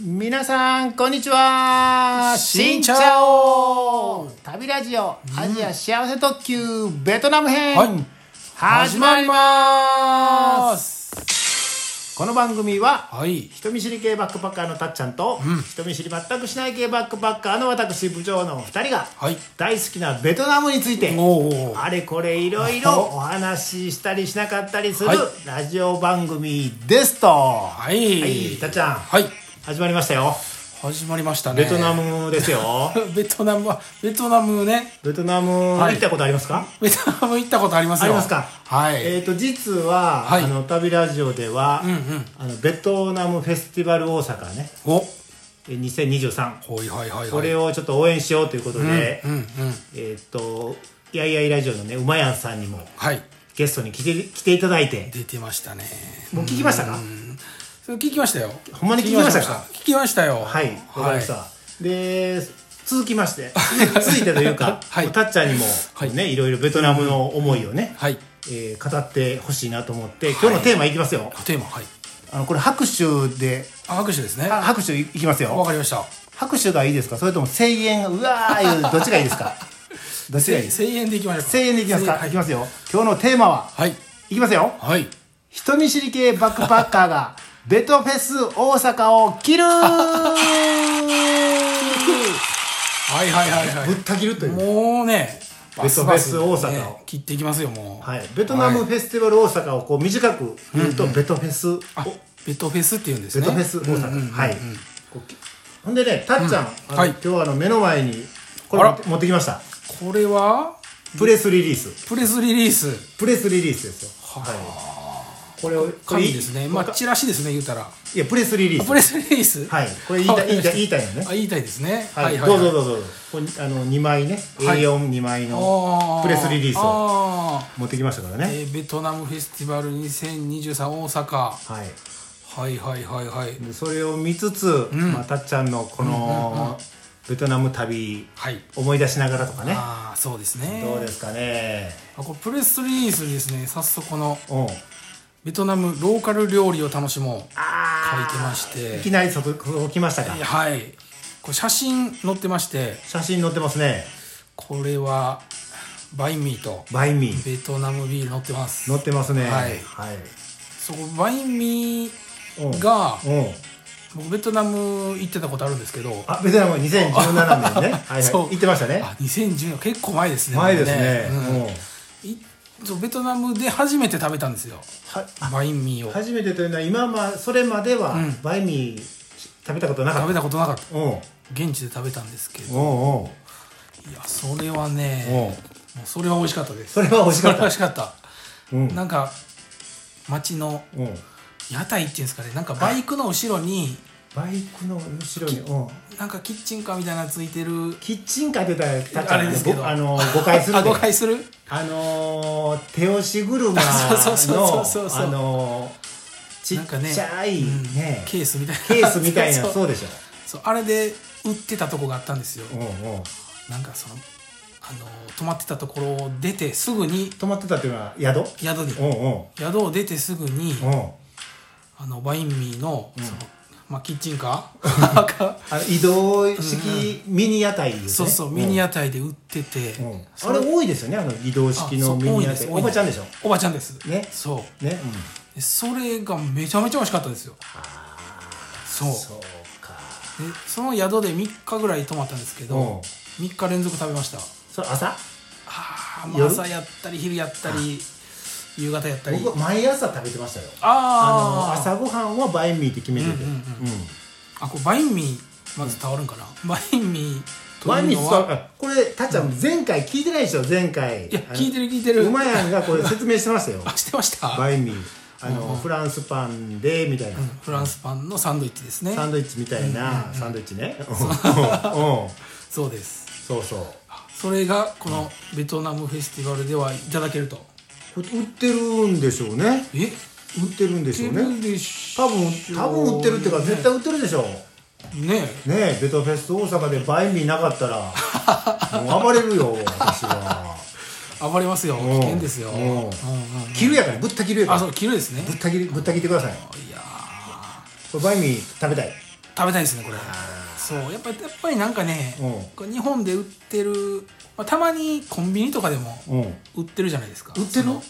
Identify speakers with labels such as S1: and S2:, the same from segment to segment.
S1: 皆さんこんにちは
S2: 新茶
S1: オ旅ラジオアジア幸せ特急ベトナム編、
S2: はい
S1: 始まりま
S2: ます
S1: この番組は
S2: はい。
S1: 人見知り系バックパッカーのたっちゃんと、人見知り全くしない系バックパッカーの私部長の2人が、
S2: はい
S1: 大好きなベトナムについて
S2: おー
S1: あれこれいろいろお話ししたりしなかったりする、
S2: はい
S1: ラジオ番組ですとは
S2: はい。
S1: たっちゃん
S2: はい。
S1: 始まりましたよ
S2: 始まりましたね。
S1: ベトナ。ムですよ
S2: ベトナムは、ベトナムね。
S1: ベトナム
S2: はい
S1: 行ったことありますか、
S2: ベトナム行ったことありますよ。
S1: ありますか
S2: はい。
S1: えっ、と実は、
S2: はい
S1: あの旅ラジオでは、あのベトナムフェスティバル大阪ね
S2: お。
S1: え2023
S2: はいはいはいはい。
S1: これ
S2: を。
S1: をちょっと応援しようということで、
S2: うんうん。
S1: えっ、といやいやいラジオのねうまやんさんにも
S2: はい。
S1: ゲストに来て来ていただいて
S2: 出てましたね。
S1: もう聞きましたか
S2: それ聞きましたよ。
S1: ほんまに聞きましたか
S2: 聞きましたよ。
S1: はいわかりました、
S2: は
S1: で続きまして続いてというか、
S2: はい
S1: もうたっちゃんにも、
S2: はい
S1: ねいろいろベトナムの思いをね、
S2: い。はい。
S1: えー語ってほしいなと思って今日のテーマいきますよ、
S2: テーマ、はい。
S1: あのこれ拍手で
S2: あ、拍手ですね。
S1: あ拍手いきます
S2: わ
S1: よ
S2: かりました。
S1: 拍手がいいですかそれとも声援うわーいうどっちがいいです かどっちがいいですか
S2: 声援でいきましょうか。
S1: 声援でいきますか、、
S2: はいい
S1: き。ますよ今日のテーマは
S2: はい。
S1: いきますよ
S2: はい。
S1: 人見知り系バックパッカーがベトフェス大阪を切る
S2: はいはいはいはい
S1: ぶ。った切るという
S2: もうね、
S1: ベトフェス大阪を
S2: ね切っていきますよ、もう。
S1: はい、ベトナム
S2: はい
S1: フェスティバル大阪をこう短く言うと、ベトフェスを
S2: あベトフェスっていうんです
S1: ベ
S2: ね。
S1: トフェス大阪、はいこうきほんでねたっちゃん、あの
S2: はい
S1: 今日はあの目の前にこ
S2: あ
S1: れ
S2: ら
S1: 持ってきました
S2: これは、
S1: プレスリリース
S2: プレスリリース。
S1: プレスリリースですよはい、これをこれ
S2: 紙ですね。まあ、
S1: これ
S2: チラシですね、言うたら。あ
S1: いやプレスリリース
S2: プレスリリース
S1: はいこれ言いたい言いたい言いたいよね
S2: あ、言いたいですね。
S1: はい、どうぞど
S2: う
S1: うぞどうぞこれあの2枚ね
S2: はい
S1: A42 枚のプレスリリースを
S2: を。
S1: 持ってきましたから
S2: え
S1: ね
S2: ーベトナムフェスティバル2023大阪。は
S1: はい
S2: いはいはいはい。
S1: でそれを見つつ、まあ、たっちゃんのこのベトナム旅
S2: はい。
S1: 思い出しながらとかね
S2: ああ、そうですね。
S1: どうですかね
S2: あこれプレスリリースにですね、早速この
S1: うん
S2: ベトナムローカル料理を楽しもう。
S1: あー
S2: 書いてまして
S1: いきなりそこそこ来ましたか
S2: はいこれ写真載ってまして
S1: 写真載ってますね
S2: これはバインミーと
S1: バインミー
S2: ベトナムビール載ってます
S1: 載ってますね
S2: はい
S1: はい
S2: そこバインミ
S1: うん
S2: ーが
S1: うん
S2: 僕ベトナム行ってたことあるんですけどあ
S1: あベトナム2017年ねはい はい
S2: そう
S1: 行ってましたね
S2: 2010年結構前ですね
S1: 前ですね
S2: もう
S1: うん
S2: ねうんいそうベトナムで初めて食べたんですよ
S1: は
S2: バインミーを
S1: 初めてというのは今まそれまでは
S2: うん
S1: バインミー食べたことなか
S2: 食
S1: っ
S2: べたことなかった
S1: たうんお
S2: 現地で食べたんですけどいう
S1: おう
S2: やそれはね
S1: お
S2: も
S1: う
S2: うそれは美味しかったです
S1: それは美味しかった
S2: それは美味しかった
S1: うん
S2: なんか街の
S1: うん
S2: 屋台っていうんですかねなんかバイクの後ろに
S1: バイクの後ろにうん
S2: なんかキッチンカーみたいなのついてる
S1: キッチンカー出たらたっちゃ
S2: あ
S1: ん
S2: れですけど
S1: ごあの誤解する
S2: あ
S1: で
S2: 誤解する
S1: あのー、手押し車の
S2: そうそうそうそ
S1: あ
S2: う
S1: のー、ち
S2: なんか
S1: っ
S2: ね
S1: ちゃいね
S2: うんケースみたいな
S1: ケースみたいな
S2: そう
S1: そうでしょ
S2: そうあれで売ってたとこがあったんですよ
S1: うんうん
S2: なんかそのあの泊まってたところを出てすぐに
S1: 泊まってたっていうのは宿
S2: 宿
S1: う
S2: に
S1: んうん
S2: 宿を出てすぐに
S1: うん
S2: あのバインミーのその、まあ、キッチンカーが
S1: あの移動式ミニ屋台ですね
S2: そうそうミニ屋台で売ってて、
S1: うんうん
S2: そ
S1: あれ多いですよねあの移動式のミニ屋台おばちゃんでしょ
S2: おばちゃんです
S1: ね
S2: そう
S1: ね、
S2: でそれがめちゃめちゃ美味しかったですよそう
S1: うん、
S2: で
S1: そうか
S2: その宿で3日ぐらい泊まったんですけ
S1: うん
S2: ど3日連続食べました
S1: それ朝
S2: あーまあ
S1: 夜
S2: 朝やったり昼やったり夕方やったり
S1: 僕は毎朝食べてましたよあの
S2: ああ
S1: 朝ごはんはバインミーって決めてて、
S2: うんうん
S1: うん
S2: あこれバインミーまず倒るんかな、バインミーと
S1: 毎
S2: い
S1: 日
S2: うのは
S1: さこれたっちゃん前回聞いてないでしょ前回
S2: いや聞いて
S1: る
S2: る聞いてる
S1: うまやんがこれ説明してました よ
S2: あしてました、
S1: バインミーあの、フランスパンでみたいな、
S2: うんフランスパンのサンドイッチですね
S1: サンドイッチみたいなサンドイッチねうんうん
S2: そうです
S1: そうそう
S2: それがこのベトナムフェスティバルではいただけると
S1: これ売ってるんでしょうね
S2: え
S1: 売ってるんでしょうね
S2: でしょ
S1: 多分多分売ってるっていうか絶対売ってるでしょう
S2: ねえ
S1: ねえベトフェス大阪でバインミーなかった らもう暴れるよ私は
S2: 暴れますよ
S1: うん
S2: 危険ですよ、
S1: う
S2: うんんうんうん、
S1: 切るやからぶった切るやか
S2: あ
S1: ら
S2: そう切るですね
S1: ぶった切りぶった切ってください
S2: いや
S1: これバインミー食べたい
S2: ー食べたいですねこれそうやっぱやっぱりなんかね
S1: うん
S2: これ日本で売ってる、まあ、たまにコンビニとかでも
S1: うん
S2: 売ってるじゃないですか
S1: 売ってる
S2: その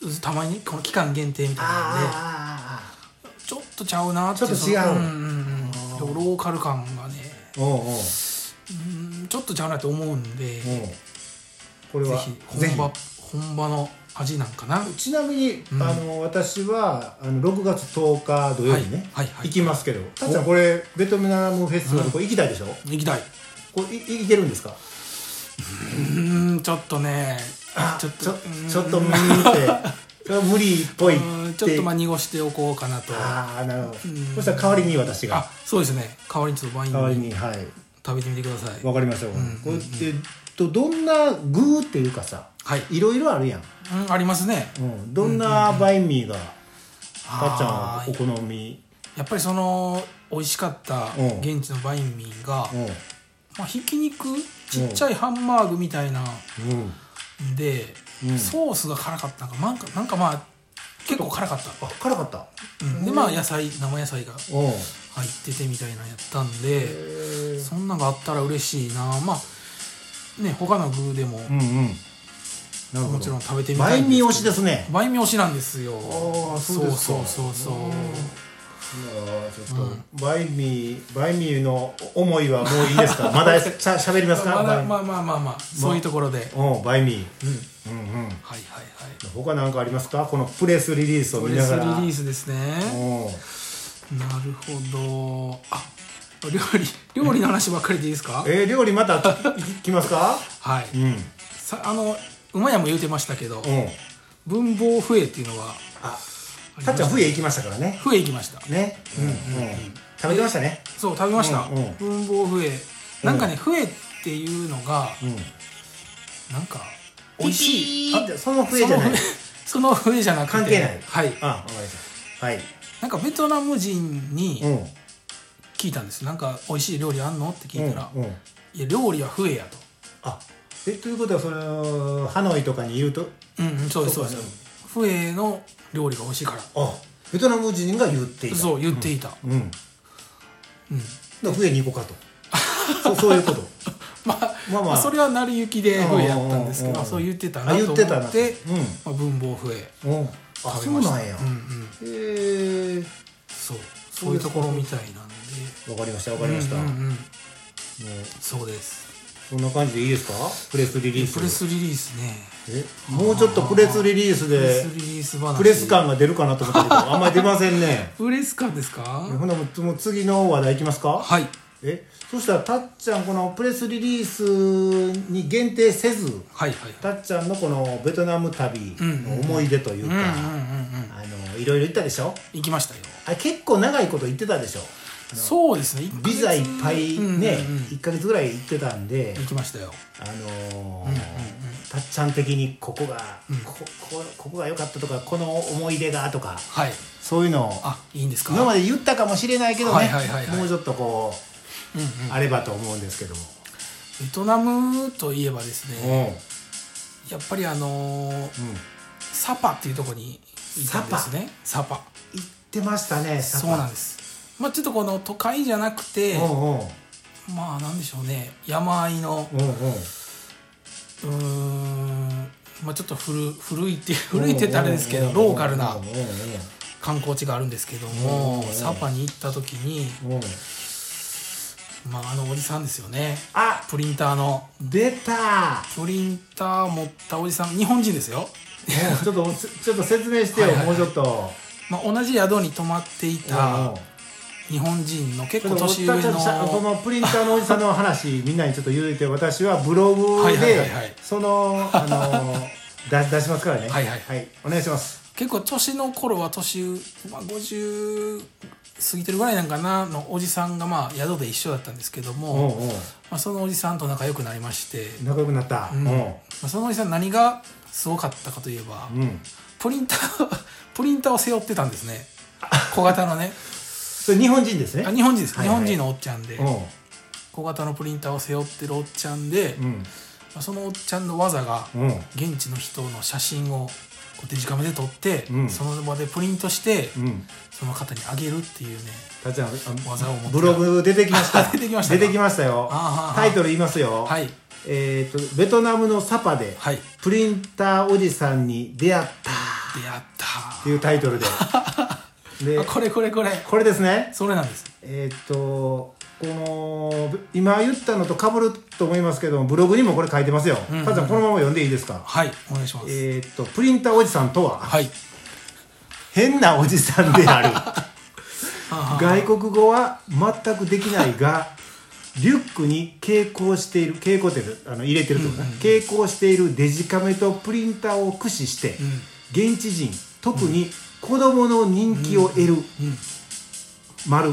S2: うたまにこの期間限定みたいなので
S1: ああ
S2: ちょっとちゃうなってい
S1: ちょっと違う
S2: そのんうんうんローカル感がね
S1: おうおう
S2: うんちょっとちゃうなって思うんでぜ
S1: おうこれは
S2: ひ本場本場の味なんかなはい
S1: ちなみに、
S2: うん
S1: あの私はあの6月10日土曜日ね、
S2: はいはい
S1: 行きますけどたっちゃんこれベトナムフェスティバル、これ行きたいでしょ
S2: 行きたい
S1: これい行けるんですか
S2: うんちょっとね
S1: あ
S2: ちょっとうん
S1: ちょっと無理ってそれは無理っぽい
S2: うん
S1: って
S2: ちょっとまあ濁しておこうかなと
S1: ああなるほど
S2: うん
S1: そしたら代わりに私が
S2: あそうですね代わりにちょっとワイ
S1: 代わり
S2: ンに
S1: にはい
S2: 食べてみてください
S1: わかりました、う
S2: うん
S1: これってとどんな具っていうかさ
S2: はい、
S1: いろいろあるやん、
S2: うん、ありますね
S1: うん、どんなバインミーがたっちゃん
S2: あ
S1: は
S2: ー
S1: お好み
S2: やっぱりその美味しかった
S1: うん
S2: 現地のバインミーが、
S1: うん
S2: まあ、ひき肉ちっちゃいハンバーグみたいな
S1: うん
S2: んで、
S1: うん
S2: ソースが辛かったなんかなんかなんかまあ結構辛かった、
S1: あ辛かった
S2: うんでまあ野菜生野菜が
S1: うん
S2: 入っててみたいなのやったんで、
S1: へー
S2: そんなんがあったら嬉しいなまあね他の具でも
S1: うんうんなるほど
S2: もちろん食べてみた
S1: バ
S2: い
S1: イ
S2: ん
S1: ンミー推
S2: け
S1: し
S2: ど
S1: ですね
S2: バインミー推しなんですよ
S1: ああそうです
S2: そ
S1: か
S2: うそうそうそう
S1: いやーちょっとバインミーバインミーの思いはもういいです かまだしゃしゃべりますか
S2: ま
S1: バ
S2: だ
S1: イン
S2: まあまあまあまあそういうところで、
S1: うんバインミ
S2: うん
S1: ーうんうん
S2: はいはいはい
S1: 他なんかありますかこのプレスリリースを
S2: プ
S1: 見
S2: レ
S1: な
S2: ス
S1: が
S2: リ
S1: ら
S2: リースですね
S1: うん
S2: なるほどあ料理料理の話ばっかりでいいですか
S1: えー料理またききますか
S2: はい
S1: うんうん
S2: さあの馬屋も言うてましたけど文房笛っていうのは
S1: あたっちゃん冬行きましたからね
S2: 笛行きました
S1: ねうんうん食べてましたね
S2: そう食べました、
S1: うんうん
S2: 文房笛なんかね笛っていうのが
S1: うん
S2: なんか美味し
S1: ピ
S2: い
S1: ピーってその笛じゃない
S2: その笛その笛じゃなくて
S1: 関係ない
S2: はい
S1: あわかりましたはい
S2: なんかベトナム人
S1: う
S2: に
S1: ん
S2: 聞いたんですなんか美味しい料理あんのって聞いたら、
S1: うんうん
S2: いや料理は笛やと
S1: あえということはそのハノイとかに言うと
S2: うんうんそうですそうで
S1: そうか
S2: す笛の料理が美味しいから
S1: あベトナム人が言っていた
S2: そう言っていた、
S1: うん
S2: うん
S1: だから笛に行こうかとそうそういう こと
S2: まあ、
S1: まあま
S2: ま
S1: あ
S2: あそれは成り行きで笛やったんですけ
S1: うんうんうんうん
S2: どそう言ってたな
S1: あ
S2: と
S1: 言
S2: 思
S1: っ
S2: ってて
S1: たなうん
S2: まあ、文房笛
S1: うんあ
S2: 食
S1: そ
S2: べ
S1: う
S2: ました
S1: なんや
S2: うんうん、
S1: へえ
S2: そうそういうところみたいなんで
S1: わかりましたわかりました、
S2: うんうんうん
S1: もう
S2: そうです
S1: そんな感じでいいですかプレスリ
S2: プ
S1: リー
S2: レ
S1: ス
S2: スリリースね
S1: えもうちょっとプレスリリース
S2: プレ
S1: で
S2: スリリース話
S1: プレス感が出るかなと思ったけ どあんまり出ませんね
S2: プレス感ですか
S1: ほなもうもう次の話題いきますか
S2: はい
S1: えそしたらたっちゃんこのプレスリリースに限定せず
S2: はいはい
S1: たっちゃんのこのベトナム旅の思い出という
S2: う
S1: か、
S2: んうんうんうん
S1: あのいろいろ行ったでしょ
S2: 行きましたよ
S1: あれ結構長いこと行ってたでしょ
S2: そうですね
S1: ビザいっぱいね、
S2: うんうんうん
S1: 1ヶ月ぐらい行ってたんで
S2: 行きましたよ
S1: あのーたっちゃん的にここが、ここここが良かったとかこの思い出がとか
S2: はい
S1: そういうのを
S2: あいいんですか
S1: 今まで言ったかもしれないけどね、
S2: はいはいはいはい
S1: もうちょっとこ
S2: うんうん、
S1: うあればと思うんですけど
S2: ベトナムといえばですね
S1: も、
S2: やっぱりあの
S1: う
S2: ー
S1: んうん、行
S2: サパっていうところにいたんですねサパ
S1: ってましたねサパ
S2: そうなんですまあちょっとこの都会じゃなくて
S1: うんうん
S2: まあなんでしょうね山あいの
S1: うんうん
S2: うーんまあちょっと古古いって古いって言ったらあれですけどローカルな
S1: うんうん
S2: 観光地があるんですけど
S1: うん
S2: も
S1: うんうん
S2: サパに行った時に
S1: うんうん
S2: まああのおじさんですよね
S1: あ
S2: プリンターの
S1: 出 た
S2: プリンター持ったおじさん日本人ですよ
S1: ちょっとちょっと説明してよ、
S2: はいはいはい
S1: もうちょっと
S2: まあ同じ宿に泊まっていた日本人の
S1: ち
S2: 結
S1: ょ
S2: 構
S1: っと
S2: 年上
S1: おっさんこ
S2: の
S1: のプリンターのおじさんの 話みんなにちょっと言うて私はブログ
S2: はいはい
S1: で
S2: はいはい
S1: そのあ の出出しますからね
S2: はいはい
S1: お願いします
S2: 結構年の頃は年、まあ、50過ぎてるぐらいなんかなのおじさんがまあ宿で一緒だったんですけど
S1: お
S2: も、
S1: うお
S2: まあ、そのおじさんと仲良くなりまして、
S1: う仲良くなった
S2: うん
S1: うん
S2: まあ、そのおじさん何がすごかったかといえば、
S1: うん
S2: プリンター プリンターを背負ってたんですね小型のね
S1: それ日本人です
S2: あ
S1: ね
S2: 日本人です、
S1: はいはい
S2: 日本人のおっちゃんで
S1: うん
S2: 小型のプリンターを背負ってるおっちゃんで、
S1: うん
S2: まあ、そのおっちゃんの技が
S1: うん
S2: 現地の人の写真をこうやってデジカメで撮って、
S3: うん
S2: その場でプリントして、
S3: うん
S2: その方にあげるっていうね
S3: たっちゃんあの
S2: 技を持って
S1: ブログ出てきました
S2: あ 出てきましたか
S1: 出てきましたよ
S2: ああ
S1: タイトル言いますよ、
S2: はい
S1: えー、とベトナムのサパで、
S2: はい
S1: プリンターおじさんに出会ったっ
S2: でやった
S1: ていうタイト ルで
S2: ー
S1: で
S2: あこれこれこれ
S1: これですね
S2: それなんです
S1: えっ、とこの今言ったのとかぶると思いますけどもブログにもこれ書いてますよ、
S2: うんうん
S1: タッちゃんこのまま読んでいいですか
S2: はいお願いします
S1: えっ、とプリンターおじさんとは、
S2: はい
S1: 変なおじさんである
S2: はあはあ
S1: 外国語は全くできない がリュックに傾向している傾向ってあの入れてるってことね、傾向しているデジカメとプリンターを駆使して、現地人特に子どもの人気を得る、丸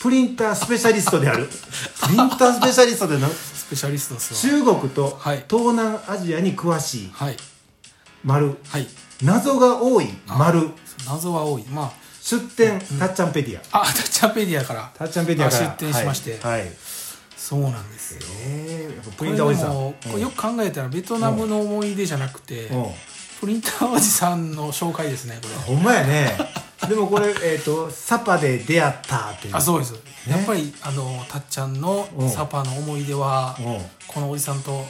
S1: プリンタースペシャリストである プリンタースペシャリストでな
S2: スペシャリストですわ
S1: 中国と
S2: はい
S1: 東南アジアに詳しい
S2: はい
S1: 丸
S2: はい
S1: 謎が多い丸
S2: 謎は多いま
S1: 出店タッチャンペディア
S2: ああタッチャンペディアから
S1: タッチャンペディアから
S2: まあ出展しまして
S1: はい、はい
S2: そうなんですよ
S1: えー、やっぱプ
S2: こ
S1: リ
S2: れ
S1: ン
S2: で
S1: ター
S2: も
S1: おじさん
S2: これよく考えたらベトナムの思い出じゃなくて
S1: うんうん
S2: プリンターおじさんの紹介ですねこれ
S1: ほんまやね でもこれえっ、とサパで出会ったっていう
S2: あそうです、やっぱりあのたっちゃんの
S1: うん
S2: サパの思い出は
S1: うん
S2: このおじさんと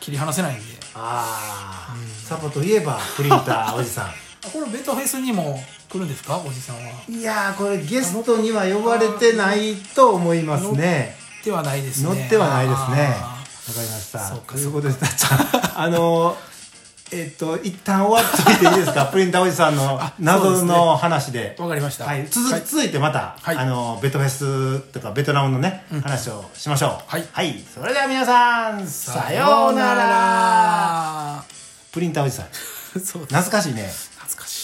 S2: 切り離せないんで
S1: ああ、
S2: うん
S1: サパといえばプリンターおじさん
S2: あこれベトフェスにも来るんですかおじさんはい
S1: やーこれゲストには呼ばれてないと思いますね
S2: ではないですね
S1: 乗ってはないですねわ
S2: あ
S1: かりました
S2: そうか
S1: ということでたっちゃん あのーえっ、と一旦終わっといていい ですかプリンターおじさんの謎の話で
S2: ーわかりました
S1: はい、続
S2: はい
S1: 続いてまた、
S2: はい
S1: あのベトフェスとかベトナムのね、話をしましょう
S2: はい
S1: それでは皆さんさようなら
S2: さようなら
S1: プリンターおじさん
S2: そうです
S1: 懐かしいね
S2: 懐かしい